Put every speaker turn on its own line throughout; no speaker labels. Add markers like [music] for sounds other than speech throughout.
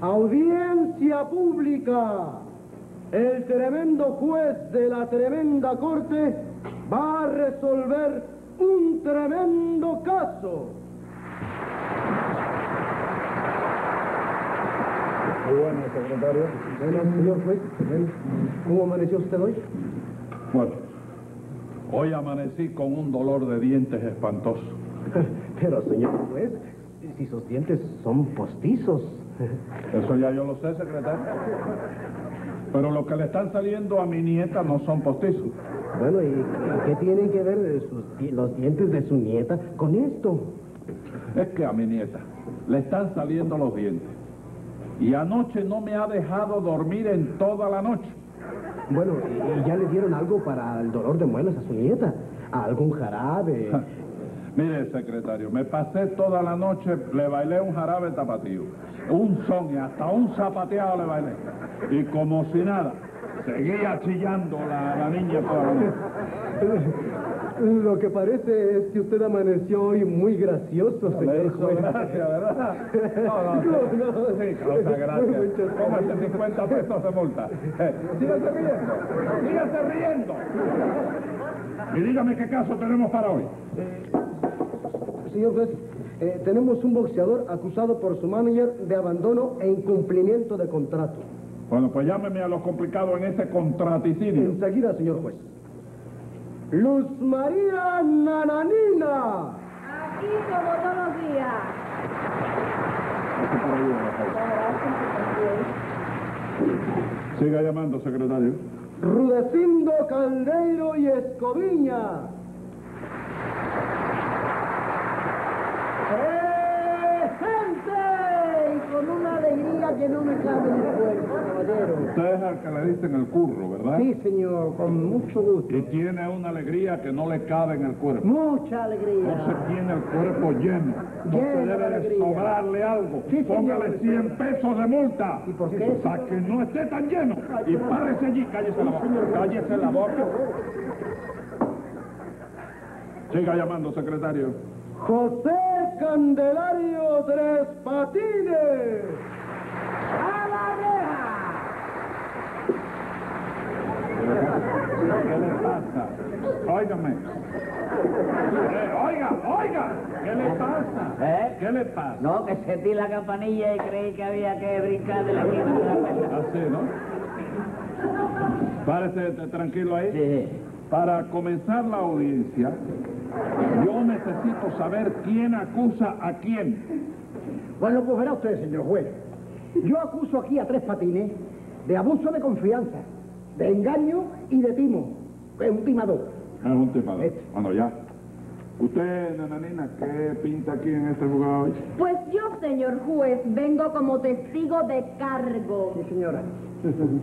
Audiencia pública. El tremendo juez de la tremenda corte va a resolver un tremendo caso.
Muy bueno, secretario.
Bueno, señor juez, bueno, ¿cómo amaneció usted hoy?
Bueno, hoy amanecí con un dolor de dientes espantoso.
Pero, señor juez, si sus dientes son postizos.
Eso ya yo lo sé, secretario. Pero lo que le están saliendo a mi nieta no son postizos.
Bueno, ¿y qué tienen que ver eh, sus di- los dientes de su nieta con esto?
Es que a mi nieta le están saliendo los dientes. Y anoche no me ha dejado dormir en toda la noche.
Bueno,
eh,
¿y ya le dieron algo para el dolor de muelas a su nieta? ¿Algún jarabe?
Mire, secretario, me pasé toda la noche, le bailé un jarabe tapatío, un son y hasta un zapateado le bailé. Y como si nada, seguía chillando la, la niña toda la noche.
Lo que parece es que usted amaneció hoy muy gracioso,
Le hizo gracia, ¿verdad? No, no, sí.
No, no.
Sí, causa gracia.
Muchas
Póngase 50 pesos de multa. Eh, sígase riendo, sígase riendo. Y dígame qué caso tenemos para hoy.
Señor juez, eh, tenemos un boxeador acusado por su manager de abandono e incumplimiento de contrato.
Bueno, pues llámeme a lo complicado en ese contraticidio.
Enseguida, señor juez. Luz María Nananina.
Aquí como todos los días.
Siga llamando, secretario.
Rudecindo Caldeiro y Escoviña.
[laughs] ¡Presente! Y con una alegría que no me cabe en el cuerpo, caballero.
Usted es al que le dicen el curro, ¿verdad?
Sí, señor, con mucho gusto.
Y tiene una alegría que no le cabe en el cuerpo.
Mucha
No
alegría.
se tiene el cuerpo lleno. No se
Lleno de
debe de
alegría.
sobrarle algo.
Sí, señor.
Póngale 100 pesos de multa.
¿Y por qué?
Para que no esté tan lleno. Y párese allí, cállese la boca. Cállese la boca. Siga llamando, secretario.
José Candelario Tres Patines.
¡A la reja!
¿Qué le pasa? Óigame. Eh, oiga, oiga. ¿Qué le pasa?
¿Eh?
¿Qué le pasa?
No, que sentí la campanilla y creí que había que brincar de la esquina de la casa.
Así, ¿no? Párese t- tranquilo ahí.
Sí.
Eh,
Para comenzar la audiencia, yo necesito saber quién acusa a quién.
Bueno, pues verá usted, señor juez. Yo acuso aquí a tres patines de abuso de confianza, de engaño y de timo. Es un timador.
Es un timador.
Este.
Bueno, ya. Usted, nananina, ¿qué pinta aquí en este jugado hoy?
Pues yo, señor juez, vengo como testigo de cargo.
Sí, señora.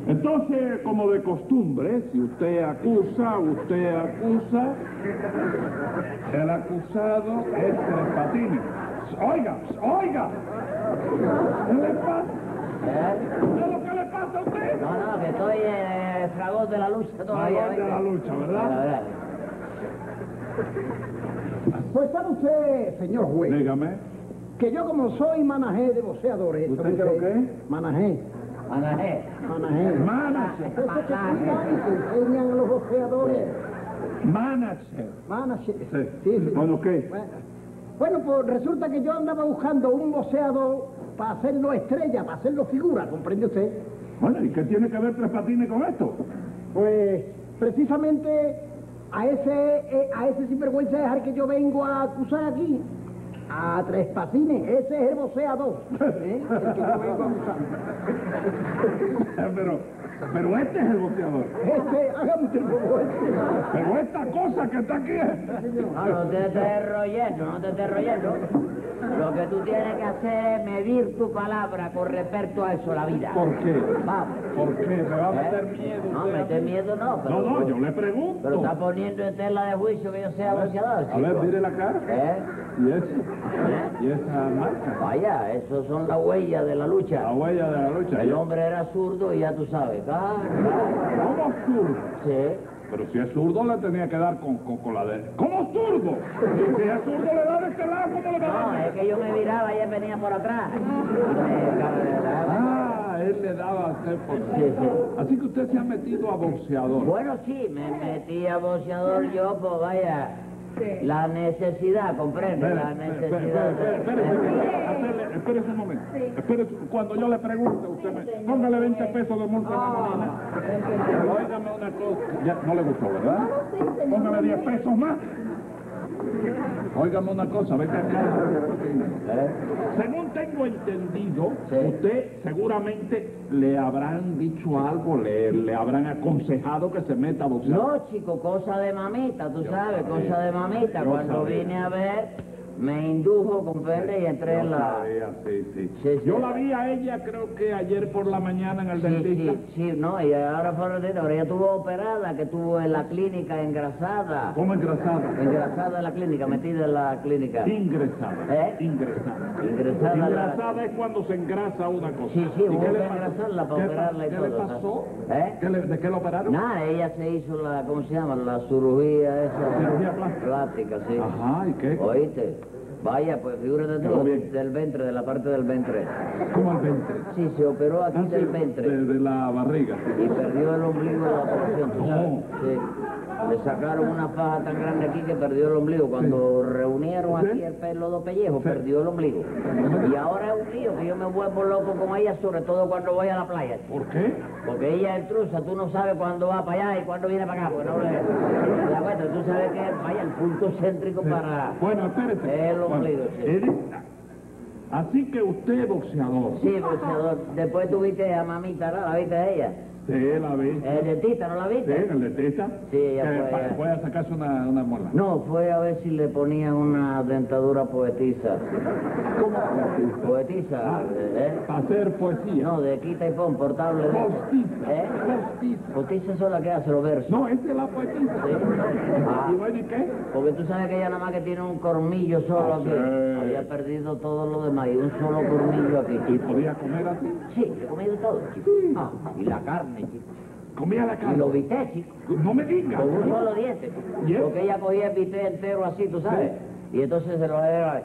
Entonces, como de costumbre, si usted acusa, usted acusa, el acusado es el patines. Oiga, oiga. ¿Qué le pasa?
¿Eh?
¿Usted lo que le pasa a usted?
No, no, que estoy eh, fragor de la lucha todavía.
Fragor de
¿viste?
la lucha, ¿verdad?
De la verdad.
Pues sabe usted, señor juez,
Dígame.
que yo como soy manajé de boxeadores...
¿Usted
¿sabe
qué lo que es?
Manajé,
Manajé.
manajé.
Manager.
Eso que cuidan y que enseñan a los boxeadores.
Manager.
Manaje.
Sí. Bueno, ¿qué?
Bueno, bueno, pues resulta que yo andaba buscando un boceado para hacerlo estrella, para hacerlo figura, ¿comprende usted?
Bueno, ¿y qué tiene que ver Tres Patines con esto?
Pues precisamente a ese, eh, a ese sinvergüenza de dejar que yo vengo a acusar aquí. A tres patines, ese es el
[laughs]
boceado. ¿eh? El que yo vengo a acusar.
Eh, Pero, pero este es el boxeador.
Este, hágame usted el favor, este.
Pero esta cosa que está aquí es...
No, no te estés royendo, no te estés royendo. Lo que tú tienes que hacer es medir tu palabra con respecto a eso, la vida.
¿Por qué?
Vamos.
¿Por qué? ¿Me va a
¿eh?
meter miedo?
No,
usted a
meter
mí?
miedo no. Pero,
No, no, yo le
Pero
pregunto.
está poniendo en tela de juicio que yo sea boxeador,
A ver,
chico.
mire la cara.
¿Eh?
Y eso.
¿Eh?
Y esa marca.
Vaya, eso son las huellas de la lucha.
La huella de la lucha.
El hombre era zurdo y ya tú sabes. Claro, claro.
¿Cómo zurdo?
Ah, Sí.
Pero si es zurdo, le tenía que dar con, con, con la derecha. ¿Cómo zurdo? Si es zurdo, le da de este lado, ¿cómo le va a
No,
dar?
es que yo me viraba y él venía por atrás. Eh, cabrera.
Ah, él le daba a hacer por Así que usted se ha metido a boxeador.
Bueno, sí, me metí a boxeador yo, pues vaya. La necesidad, comprende, la necesidad. de-
Espérese un momento. Espérese, cuando yo le pregunte, usted me... Póngale 20 pesos de multa
Ah,
económica. Óigame una cosa. Ya, no le gustó, ¿verdad? Póngale 10 pesos más. Óigame una cosa, venga acá. Según tengo entendido,
Sí.
usted seguramente le habrán dicho algo, le, le habrán aconsejado que se meta a boxear.
No, chico, cosa de mamita, tú
Yo
sabes,
sabía.
cosa de mamita.
Yo
Cuando
sabía.
vine a ver, me indujo, comprende, y entré
Yo
en la...
sabía, sí, sí.
Sí, sí.
Yo la vi a ella creo que ayer por la mañana en el
Sí,
dentista.
sí, sí, no, y ahora fue retiro, ahora ya estuvo operada, que estuvo en la clínica engrasada.
¿Cómo engrasada?
Engrasada en la clínica, metida en la clínica.
Ingresada.
¿Eh?
Ingresada.
Ingresada la-
Engrasada es cuando se engrasa una cosa.
Sí, sí,
¿Y
hubo
qué le
que
pasó?
engrasarla para
¿Qué pa-
operarla y
¿Qué le
todo,
pasó?
¿eh?
¿Qué le- ¿De qué lo operaron?
Nada, ella se hizo la, ¿cómo se llama? La cirugía esa.
Cirugía plástica. Ah.
plástica, sí.
Ajá, ¿y qué?
¿Oíste? Vaya, pues figúrate
Quedó
tú,
bien.
del ventre, de la parte del ventre.
¿Cómo el ventre?
Sí, se operó aquí
Ah, sí,
del ventre.
De, de la barriga.
Y perdió el ombligo de la operación, ¿tú sabes?
No.
Sí. Le sacaron una faja tan grande aquí que perdió el ombligo. Cuando reunieron
Sí.
aquí el pelo de pellejo,
Sí.
perdió el ombligo. Y ahora es un lío que yo me vuelvo loco con ella, sobre todo cuando voy a la playa.
¿Por qué?
Porque ella es truza, tú no sabes cuándo va para allá y cuándo viene para acá. Porque no le... ¿Te das cuenta? Tú sabes que vaya el punto céntrico para...
Bueno, espérese.
El ombligo,
Bueno,
sí.
Edith, Así que usted es boxeador.
Sí, boxeador. Después tuviste a mamita, ¿no? ¿La viste a ella?
Sí, la vi.
El dentista, ¿no la
Sí,
viste?
en el dentista.
Sí, ella
Que
fue
para
allá.
que pueda sacarse una, una muela.
No, fue a ver si le ponían una dentadura poetiza. ¿Cómo? Poetiza,
Ah.
¿eh?
Para hacer poesía.
No, de quita y pon, portable. de-
Postiza.
¿Eh?
Postiza.
Poetiza es la que hace los versos.
No, esa es la poetisa.
Sí. Ah.
¿Y bueno, ¿y qué?
Porque tú sabes que ella nada más que tiene un cornillo solo
Ah,
aquí.
sí.
Había perdido todo lo demás y un solo cornillo
¿Y
aquí.
podía comer así?
Sí, yo he comido todo, chico. Ah, y la carne, chico.
Comía la
Y
carne.
lo viste, chico.
No me digas.
Con un solo diente.
¿Y eso?
Porque ella cogía el bistec entero así, tú sabes. Y entonces se lo era.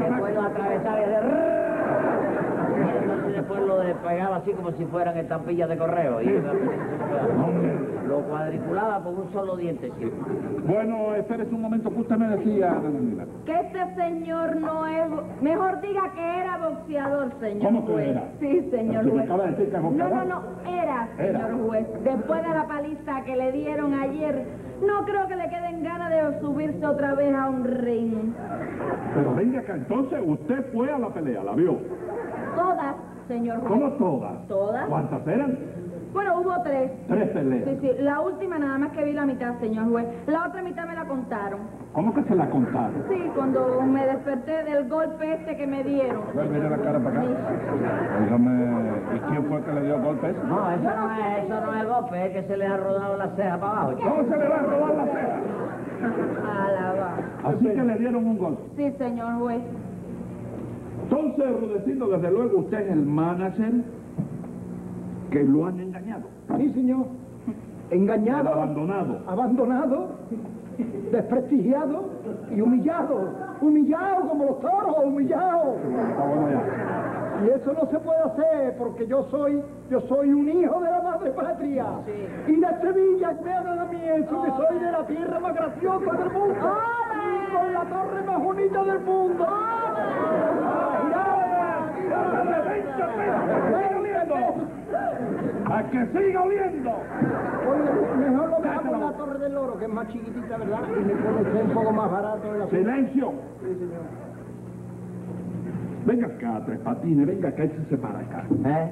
Después lo atravesaba y era- y entonces después lo despegaba así como si fueran estampillas de correo. Y lo cuadriculaba con un solo diente, chico.
Bueno, espérese un momento. que Usted me decía, Ana Manuela.
Que este señor no es... bo- Mejor diga que era boxeador, señor
¿Cómo que
juez.
era?
Sí, señor
Si me
juez.
acaba de decir que es
no,
boxeador.
no, no, era,
Era.
señor juez. Después de la paliza que le dieron ayer, no creo que le queden ganas de subirse otra vez a un ring.
Pero venga acá, entonces usted fue a la pelea, la vio.
Todas, señor juez.
¿Cómo todas?
Todas.
¿Cuántas eran?
Bueno, hubo tres.
Tres
Sí,
peleas.
sí, la última nada más que vi la mitad, señor juez. La otra mitad me la contaron.
¿Cómo que se la contaron?
Sí, cuando me desperté del golpe este que me dieron.
Mira la cara para acá. Dígame, ¿y quién fue que le dio golpes?
No, eso no es, eso no es golpe, es que se le ha rodado la ceja para abajo, chico.
¿Cómo se le va a robar la ceja?
Alaba.
Así que le dieron un golpe.
Sí, señor juez.
Entonces, Rudecindo, desde luego usted es el manager que lo han engañado,
Sí, señor.
el
Engañado,
abandonado.
abandonado, desprestigiado y humillado. Humillado como los toros, humillado.
Está bueno ya.
Y eso no se puede hacer porque yo soy, yo soy un hijo de la madre patria. Y la Sevilla, que me hablan a mí eso, que soy de la tierra más graciosa del mundo. Y con la torre más bonita del mundo.
¡A que siga oliendo!
Oye, mejor lo dejamos en la torre del oro, que es más chiquitita, ¿verdad? Y me puede ser un poco más barato el asunto.
¡Silencio! Venga acá, Tres Patines, venga acá, échese para acá.
¿Eh?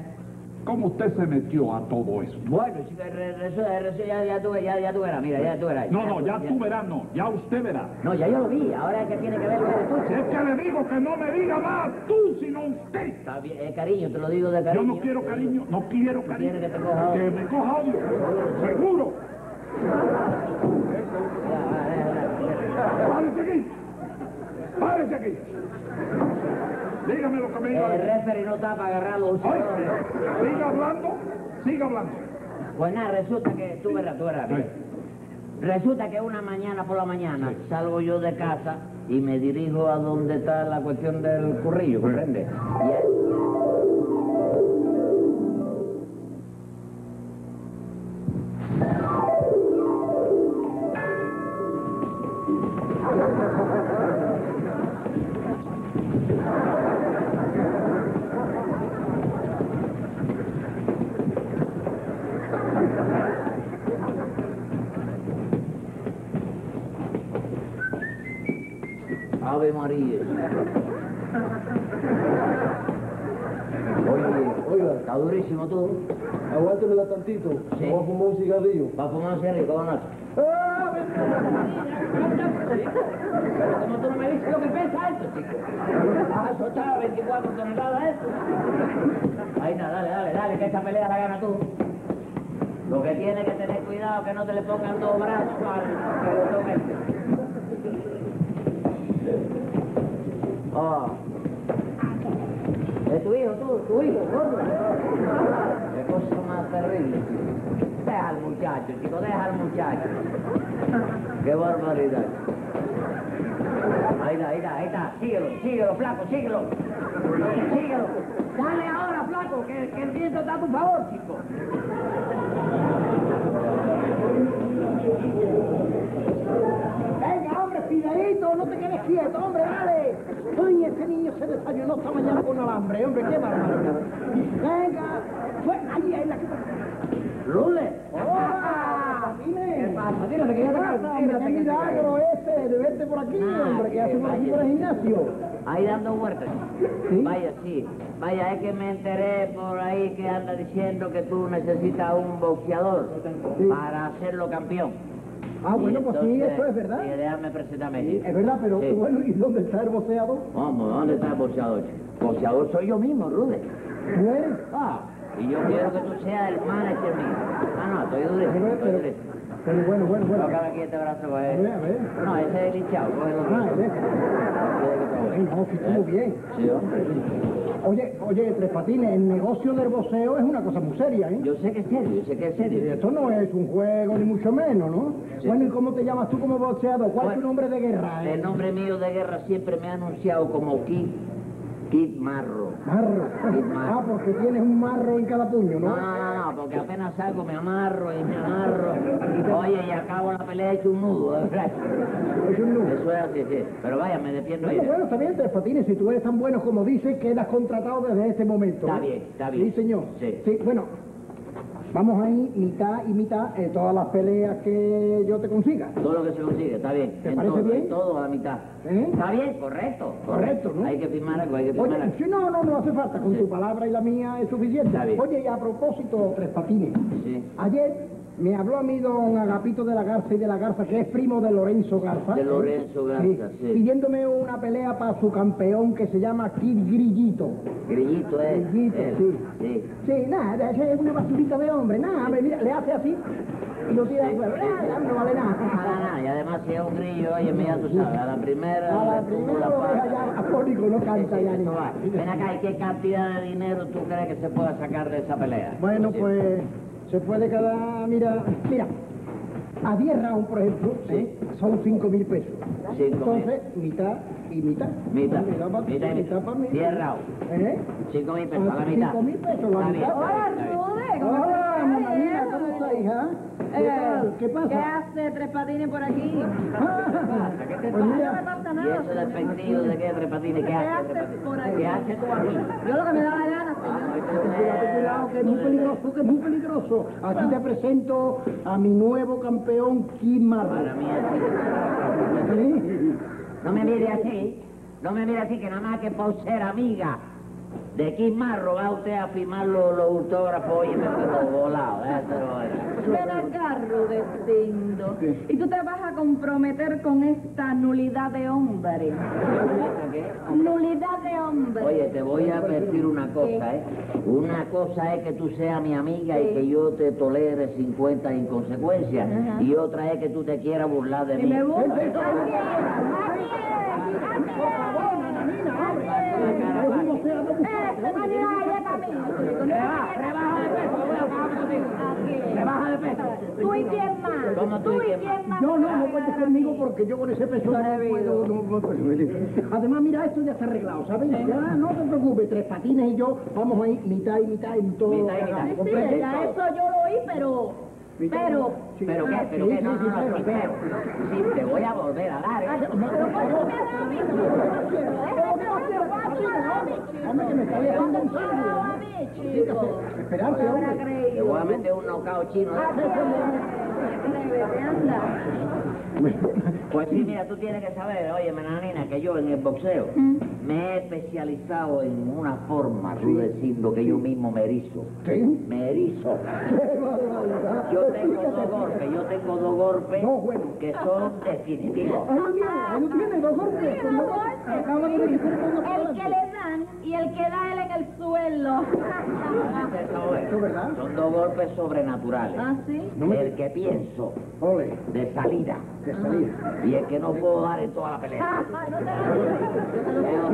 ¿Cómo usted se metió a todo eso?
Bueno, chico, re- re- eso, eso ya, ya tú ve- ya, ya tú verás, mira, ya tú verás.
No, no, ya tú verás, no, ya usted verá.
No, ya yo lo vi, ahora es que tiene que ver lo que tú, chico.
Es que le digo que no me diga más tú, sino usted.
Está bien, eh, cariño, te lo digo de
Yo
cariño.
no quiero cariño, no quiero cariño.
quieres que te coja odio?
Que me coja odio, seguro.
Ya, ya, ya, ya.
Párese aquí. Párese aquí. Dígame lo que me iba a
El
decir.
referee no está para agarrar los
Oye,
jugadores.
siga hablando, siga hablando.
Pues nada, resulta que, tú verás, tú verás. mira. Resulta que una mañana por la mañana salgo yo de casa y me dirijo a donde está la cuestión del currillo, ¿comprende? Y ahí- Ave María. Oye,
Oiga.
está durísimo tú.
Aguántemela tantito.
Sí.
Voy a fumar un cigarrillo.
Va a fumar un cigarrillo, ¿cómo no?
¡Ah, ven!
Pero como tú no me dices lo que pesa esto, chico. Has azotado 24 toneladas esto. Ahí nada, dale, dale, dale, que esta pelea la gana tú. Lo que tienes que tener cuidado que no te le pongan dos brazos al que lo toque. Ah. Es tu hijo, tú, tu hijo, gordo. Qué cosa más terrible, chico. Deja al muchacho, chico, deja al muchacho. Qué barbaridad. Ahí está, ahí está, ahí está. Síguelo, síguelo, flaco, síguelo. Síguelo. Dale ahora, flaco, que, que el viento está a tu favor, chico.
Venga, hombre, Fidelito, no te quedes quieto, hombre, dale. Uy, ese niño se desayunó esta mañana con alambre, hombre, qué barbaridad. Venga, fue ahí, ahí la que...
Lule.
¡Hola! Dime. ¿Qué
pasa? Tírate, que ya te calmo,
hombre,
tírate,
qué
que ya te
milagro este de verte por aquí,
Ah,
hombre, que
qué
hace por aquí por el gimnasio.
Ahí dando vueltas.
¿Sí?
Vaya, sí. Vaya, es que me enteré por ahí que anda diciendo que tú necesitas un boxeador
Sí.
para hacerlo campeón.
Ah,
Y
bueno, pues sí,
entonces,
eso es verdad. eh.
Y déjame presentarme. chico.
Es verdad, pero
Sí.
bueno, ¿y dónde está el boceado?
Vamos, ¿dónde está el boxeador? chico? Boxeador soy yo mismo, Rude.
¿Tú eres?
Ah, y yo quiero que tú seas el manager mío. Ah, no, estoy durísimo, estoy
Pero-
durísimo.
ah, Pero bueno, bueno, bueno.
Tócame aquí este brazo para
A ver, a ver.
No, ese es el hinchado, cógelo.
Ah, es este. Ay, no, sí,
¿Eh?
estuvo bien.
Sí, hombre.
Oye, oye, Tres Patines, el negocio del voceo es una cosa muy seria, ¿eh?
Yo sé que es serio, yo sé que es
Y
serio.
esto no es un juego, ni mucho menos, ¿no?
Sí.
Bueno, ¿y cómo te llamas tú como boxeador? ¿Cuál es tu
Bueno,
nombre de guerra, eh?
El nombre mío de guerra siempre me ha anunciado como Kid, Kid Marro.
Marro.
Marro.
Ah, porque tienes un marro en cada puño,
No,
¿no?
no, no, no, porque apenas salgo me amarro y me amarro. Oye, y acabo la pelea hecho un nudo, de verdad.
Es un lujo.
Eso es así, sí. Pero vaya, me defiendo
Bueno,
bien.
bueno, está bien, Tres Patines, si tú eres tan bueno como dices, quedas contratado desde ese momento.
Está
¿no?
bien, está bien.
Sí, señor.
Sí.
bueno, vamos ahí mitad y mitad en todas las peleas que yo te consiga.
Todo lo que se consigue, está bien.
¿Te
En
parece
todo,
bien?
en todo a la mitad.
¿Eh?
Está bien, correcto.
Correcto, ¿no?
Hay que firmar algo, hay que firmar
Oye,
algo.
si no, no, no hace falta. Con
Sí.
tu palabra y la mía es suficiente.
Está bien.
Oye, y a propósito, Tres Patines.
Sí.
Ayer me habló a mí don Agapito de la Garza y de la Garza, que es primo de Lorenzo Garza.
De Lorenzo Garza, sí.
Pidiéndome una pelea para su campeón que se llama Kid Grillito.
Grillito es.
Grillito,
es,
sí.
sí.
Sí, nada, ese es una basurita de hombre. Nada, hombre, mira, le hace así y lo tira.
Sí,
pero,
sí,
nada, no vale
Nada,
nada.
nada. Y además, si es un grillo, oye, mira, tú sabes, a la primera.
A la
le tuvo
primera lo
pata.
deja ya afónico, no
Sí,
canta
sí,
ya ni
eso
nada.
va. Ven acá, ¿y qué cantidad de dinero tú crees que se pueda sacar de esa pelea?
Bueno,
Sí.
pues se puede quedar, mira, mira, a 10 rounds, por ejemplo, ¿eh?
Sí.
son 5 mil pesos.
Cinco mil.
Entonces, mitad y mitad.
Mitad,
para ti,
mitad y mitad.
para mí.
10 rounds.
¿Eh?
Cinco mil pesos, a la mitad.
Cinco mil pesos, la
Está bien,
mitad.
está
Hola,
bien, está
Rude.
bien.
¿cómo
Hola,
estás?
mamá mía, ¿cómo está, hija? ¿Qué
Eh,
tal? ¿Qué
¿Qué
pasa?
hace Tres Patines por aquí?
Ah, [laughs] Pues
No me
mira,
pasa
¿Y
nada.
eso del pentillo de qué, Tres Patines? ¿Qué
¿Qué
haces, Tres
haces
Patines?
por aquí?
¿Qué haces tú aquí?
Yo lo que me da la gana, señor.
Ah,
cuidado, que es muy peligroso, que es muy peligroso. Aquí te presento a mi nuevo campeón, Kim Marra.
Para mí así.
¿Sí?
No me mire así, no me mire así, que nada más que por ser amiga de Kim Marro va usted a firmar los, los autógrafos y me los volados. déjatelo ahí.
Ven acá, Rudecindo. Y tú te vas a comprometer con esta nulidad de hombre. Nulidad de hombre.
Oye, te voy a advertir una cosa, ¿eh? Una cosa es que tú seas mi amiga y que yo te tolere 50 inconsecuencias. Y otra es que tú te quieras burlar de
Y
mí.
me buscas.
Es un boceador.
Rebajo de peso, voy a acabar contigo. Aquí Miguel.
Me baja de peso.
Tú y quién más.
¿Cómo tú
tú
y
y
quién
quién más.
No,
te
no,
vas a
no cuentes
quedar
conmigo
aquí?
porque yo con ese peso no puedo, no puedo. Además, mira, esto ya está arreglado, ¿sabes? Ya, no te preocupes, Tres Patines y yo vamos a ir mitad y mitad en todo.
Mitad y mitad.
Sí,
¿comprendes?
sí, ya eso yo lo oí, pero... Pero...
Sí.
Pero qué, pero
Sí,
qué,
sí,
no, no,
sí,
no,
pero,
sí,
pero.
pero- sí, te voy a volver a dar, ¿eh?
Pero ¿por qué me da a mí? ¿Por qué me da a mí, chico?
Hombre, que me está dejando un
¿Por qué me
sangre,
da a
¿no?
mí,
Sí, que
chico?
se- Esperarte,
Habrá
hombre.
Te voy a
creído.
meter un nocao chino. ¿eh?
Así es. Atrévete, anda.
Pues sí, mira, tú tienes que saber, oye, menanina, que yo en el boxeo
Mm.
me he especializado en una forma, tú decirlo, que yo mismo me erizo.
Sí.
Me erizo.
[laughs] Qué barbaridad.
Yo tengo dos golpes, yo tengo dos golpes
No, bueno.
que son definitivos.
Ahí lo tiene, Ah, ahí lo tiene, dos golpes.
Mira,
dos
Jorge,
golpes. Acaba de decir con una
El que le dan y el que da él en el [laughs] suelo.
Ah.
Eso es.
¿Eso es verdad?
Son dos golpes sobrenaturales.
¿Ah, sí?
El que pienso
Ole,
de salida
que salía.
y el que no puedo dar en toda la pelea.
Ah.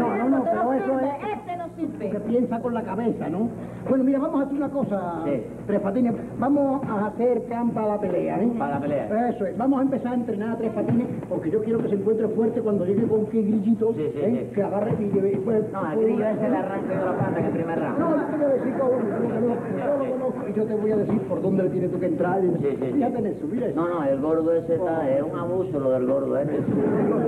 No, no, no, pero eso es...
Este no
que
sirve.
piensa con la cabeza, ¿no? Bueno, mira, vamos a hacer una cosa,
Sí.
Tres Patines. Vamos a hacer plan para la pelea, ¿eh?
Para la pelea.
Eso es. Vamos a empezar a entrenar a Tres Patines porque yo quiero que se encuentre fuerte cuando llegue con que grillito,
Sí, sí,
¿eh?
sí.
que agarre y lleve... pues,
No, al
por
grillo
una-
ese le arranco yo la pata en el primer round.
No, yo te voy a decir, cabrón, yo lo conozco, yo lo conozco, y yo te voy a decir por dónde le tienes tú que entrar. y-
Sí, sí, sí.
Fíjate en eso, mira eso.
No, no, el gordo ese está, es un abuso lo del gordo ese.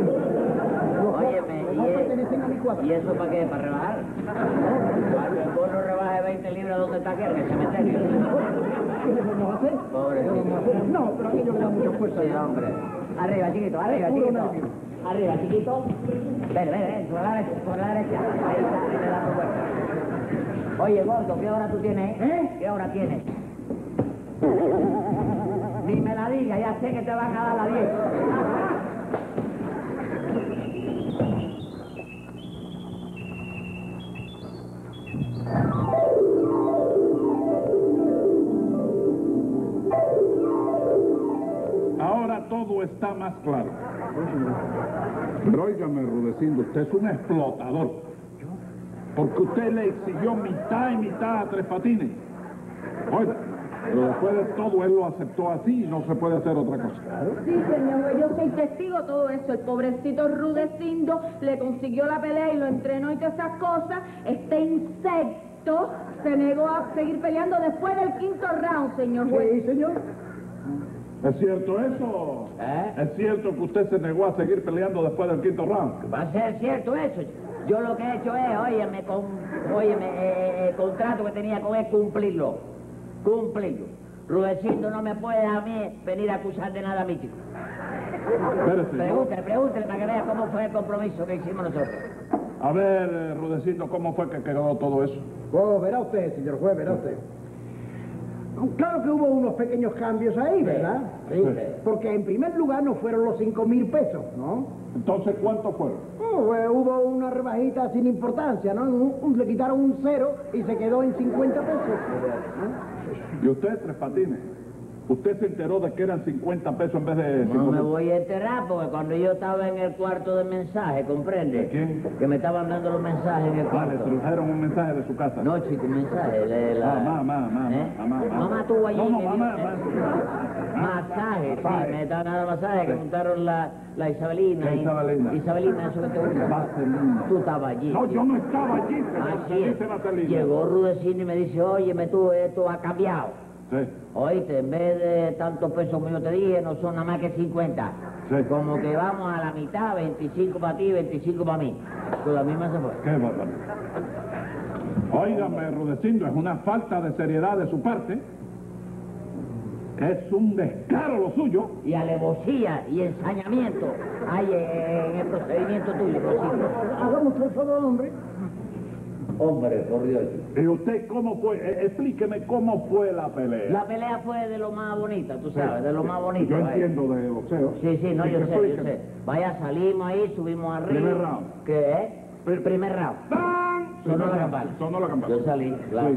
Los dos-
Óyeme,
los
y
dos
es-
pertenecen a mi cuadra.
¿Y eso para qué? ¿Para rebajar? Para que el gordo rebaje 20 libras, ¿dónde está que? En el cementerio.
¿Qué le vamos a hacer?
Pobrecito.
No, pero aquello le da mucha fuerza.
Sí, hombre. Arriba, chiquito, arriba,
Puro
chiquito.
nervio.
Arriba, chiquito. Ven, ven, ven, por la derecha, por la derecha. Ahí está, ahí te da tu vuelta. Oye, gordo, ¿qué hora tú tienes? ¿Eh? ¿Qué hora tienes? Ni me la digas, ya sé que te van a dar la 10.
Ahora todo está más claro. Pero óigame, Rudecindo, usted es un explotador. Porque usted le exigió mitad y mitad a Tres Patines. Bueno, pero después de todo él lo aceptó así y no se puede hacer otra cosa.
Sí, señor, yo soy testigo de todo eso. El pobrecito Rudecindo le consiguió la pelea y lo entrenó y todas esas cosas. Este insecto se negó a seguir peleando después del quinto round, señor juez.
Sí, señor.
¿Es cierto eso?
¿Eh?
¿Es cierto que usted se negó a seguir peleando después del quinto round?
Va a ser cierto eso. Yo lo que he hecho es, óyeme, con, óyeme, eh, el contrato que tenía con él, cumplirlo. Cumplirlo. Rudecindo no me puede a mí venir a acusar de nada a mí, chico.
Espérese. ¿no?
Pregúntele, pregúntele para que vea cómo fue el compromiso que hicimos nosotros.
A ver, eh, Rudecindo, ¿cómo fue que quedó todo eso?
Oh, verá usted, señor juez, verá usted. Claro que hubo unos pequeños cambios ahí, ¿verdad?
Sí.
Porque en primer lugar no fueron los cinco mil pesos, ¿no?
Entonces, ¿cuánto fueron?
Oh, eh, hubo una rebajita sin importancia, ¿no? Un- un- le quitaron un cero y se quedó en 50 pesos.
¿Y usted, Tres Patines? ¿Usted se enteró de que eran 50 pesos en vez de...
No me voy a enterrar porque cuando yo estaba en el cuarto de mensaje, ¿comprende?
¿De quién?
Que me estaban dando los mensajes en el
Ah, le
cuarto.
trajeron un mensaje de su casa.
No, chico, un mensaje de la...
Ah, mamá, mamá,
¿Eh?
mamá, mamá.
Mamá tuvo allí
No, no,
que
mamá,
dio-
mamá.
Masaje,
Masaje.
sí, me estaban dando masaje, que
Sí.
juntaron la, la Isabelina.
La
y-
Isabelina.
Isabelina, eso que te gusta.
Vaselina.
Tú estabas allí.
No, yo no estaba allí, señor.
Así
Se
es.
dice Vaselina.
Llegó Rudecindo y me dice, oye, me tú, esto ha cambiado.
Sí.
Oíste, en vez de tantos pesos como yo te dije, no son nada más que 50.
Sí.
Como que vamos a la mitad, 25 para ti, 25 para mí. Tú la misma se fue.
Qué barbaridad. Óigame, Rudecindo, es una falta de seriedad de su parte. Es un descaro lo suyo.
Y alevosía y ensañamiento hay eh, en el procedimiento tuyo, Rudecindo.
Hagamos por favor, hombre.
Hombre, por Dios.
¿Y usted cómo fue? E- explíqueme cómo fue la pelea.
La pelea fue de lo más bonita, tú sabes,
Sí.
de lo más bonito.
Yo
vaya.
entiendo de boxeo.
Sí, sí, no,
Y
yo
que
sé, yo
explíqueme.
sé. Vaya, salimos ahí, subimos arriba.
Primer round.
¿Qué eh?
Pr-
Primer round.
¡Bam!
Sonó la campana.
Sonó la campana.
Yo salí, claro.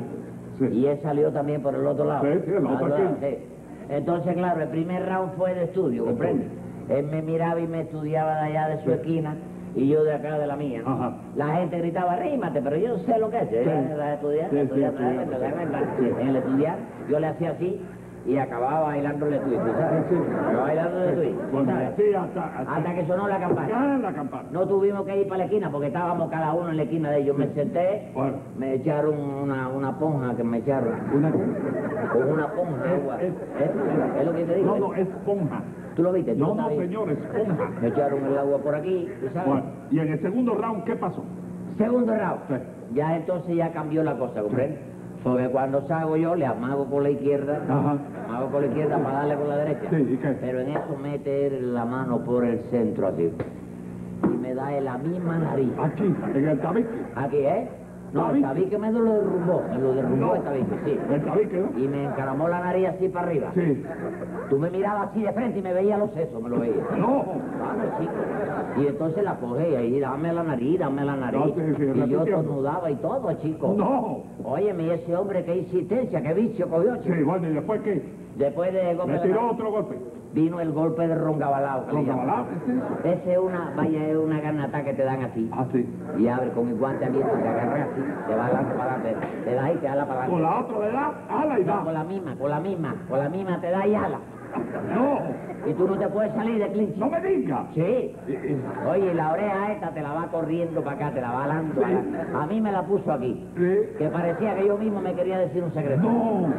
Sí, sí.
Y él salió también por el otro lado.
Sí, sí, el otro
Ah,
aquí.
sí. Entonces, claro, el primer round fue de estudio,
De
¿comprendes? Él me miraba y me estudiaba de allá de su esquina y yo de acá de la mía. ¿no?
Ajá.
La gente gritaba, rímate, pero yo sé lo que es. Era
Sí.
era estudiar,
Sí, sí,
estudiar,
estudiar.
estudiar, estudiar, estudiar. En el estudiar, yo le hacía así y acababa bailándole tuit, ¿tú ¿sabes? Acababa bailándole tuit,
Bueno,
¿sabes?
sí, hasta,
Hasta que sonó la campana.
Ya en la campana.
No tuvimos que ir para la esquina porque estábamos cada uno en la esquina de ellos. Me senté,
Bueno.
me echaron una, una ponja que me echaron.
Una...
Con una ponja de agua.
Es-
Es,
es-
es lo que te digo.
No, no, esponja.
¿Tú lo viste? ¿Tú
No,
lo
no,
sabías?
señor, esponja.
Me echaron el agua por aquí, ¿tú ¿sabes?
Bueno, y en el segundo round, ¿qué pasó?
Segundo round.
Sí.
Ya entonces ya cambió la cosa, ¿comprende? Porque cuando salgo yo le amago con la izquierda,
Ajá.
amago con la izquierda para darle con la derecha.
Ah. Sí, ¿y qué?
Pero en eso mete él la mano por el centro así. Y me da en la misma nariz.
Aquí, en el tabique.
Aquí, ¿eh? No, el
¿Tabique?
tabique me lo derrumbó, me lo derrumbó
No.
el tabique, sí.
El tabique, ¿no?
Y me encaramó la nariz así para arriba.
Sí.
Tú me mirabas así de frente y me veía los sesos, me lo veía.
Ah, No.
Vamos, chico. Y entonces la coge y ahí, dame la nariz, dame la nariz.
No, sí, sí,
y yo
repitiendo.
estornudaba y todo, chico.
No.
Óyeme, y ese hombre qué insistencia, qué vicio cogió, chico.
Sí, bueno, ¿y después qué?
Después de golpe
¿Le
de
tiró
la-
otro golpe?
vino el golpe de rongabalao. que le
¿Con
llaman.
cabalá?
Ese es una, vaya, es una garnata que te dan así.
Ah, sí.
Y abre con el guante abierto, te agarra así, te va adelante para adelante, te da y te da la para
Con
adelante.
la otra le da, ala y
No, con
da.
la misma, con la misma, con la misma te da y ala.
No,
Y tú no te puedes salir de clinch.
no me diga.
Sí.
Y- y-
Oye, la oreja esta te la va corriendo para acá, te la va alando. A, a mí me la puso aquí.
Sí.
Que parecía que yo mismo me quería decir un secreto.
Eh, No.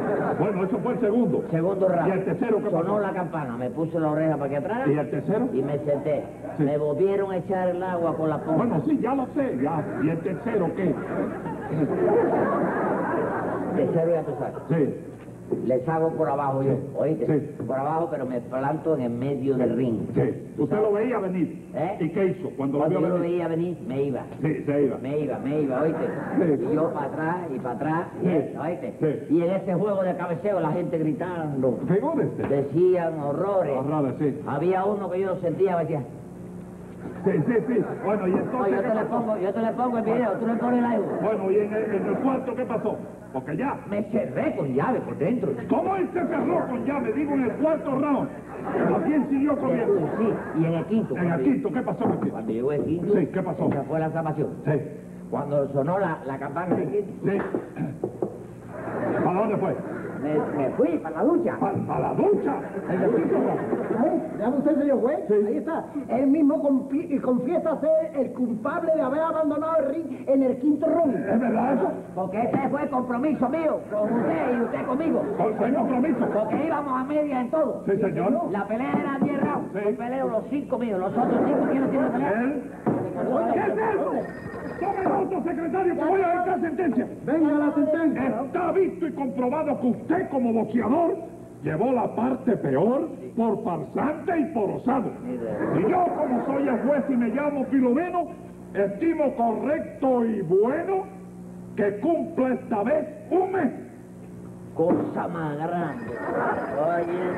Bueno, eso fue el segundo.
Segundo round.
¿Y el tercero qué
Sonó
pasó?
la campana, me puse la oreja para que atrás
¿Y el tercero?
y me senté.
Sí.
Me volvieron a echar el agua con la pompa.
Bueno, sí, ya lo sé, ya. ¿Y el tercero qué?
Tercero ya tú sabes.
Sí.
Les hago por abajo yo, ¿oíste?
Sí.
Por abajo, pero me planto en el medio del ring.
Sí. Usted lo veía venir.
¿Eh?
¿Y qué hizo cuando lo
Cuando
vio
yo lo
venir?
veía venir, me iba.
Sí, se iba.
Me iba, me iba, oíste.
Sí.
Y yo para atrás y para atrás, y
Sí.
eso, oíste.
Sí.
Y en ese juego de cabeceo la gente gritando,
Figúrese.
decían horrores.
Horrores, este. sí.
Había uno que yo lo sentía, me decía,
Sí, sí, sí. Bueno, ¿y
"No,
entonces
yo
qué
te le
pasó?
pongo, yo te le pongo el video, tú le pones el audio.
Bueno, ¿y en el, en el cuarto qué pasó? Porque ya.
Me cerré con llave por dentro.
¿Cómo él se cerró con llave? Digo, en el cuarto round. También siguió corriendo.
Sí, y en el quinto.
En el
cuando-
quinto, ¿qué pasó en el quinto?
Cuando llegó el quinto,
Sí, ¿qué pasó?
esa fue la salvación.
Sí,
Cuando sonó la, la campana del quinto,
sí. ¿Para dónde fue?
me, me fui para la ducha.
¿Para, la ducha? ¿En el quinto round?
Ya usted, señor juez, ahí está. Él mismo confi- confiesa ser el culpable de haber abandonado el ring en el quinto round.
¿Es verdad eso?
Porque ese fue el compromiso mío con usted y usted conmigo.
¿Con qué compromiso?
Porque íbamos a media en todo.
Sí, señor.
La pelea era 10 rounds.
Sí.
Yo peleo los 5 míos. Los otros 5 quiénes tienen que pelear.
¿Él? ¿Qué es eso? Tome el auto, secretario, que voy a dictar sentencia.
Venga la sentencia.
Está visto y comprobado que usted, como boxeador, llevó la parte peor por farsante y por osado. Y yo, como soy el juez y me llamo Filomeno, estimo correcto y bueno que cumpla esta vez un mes.
Cosa más grande. Oye.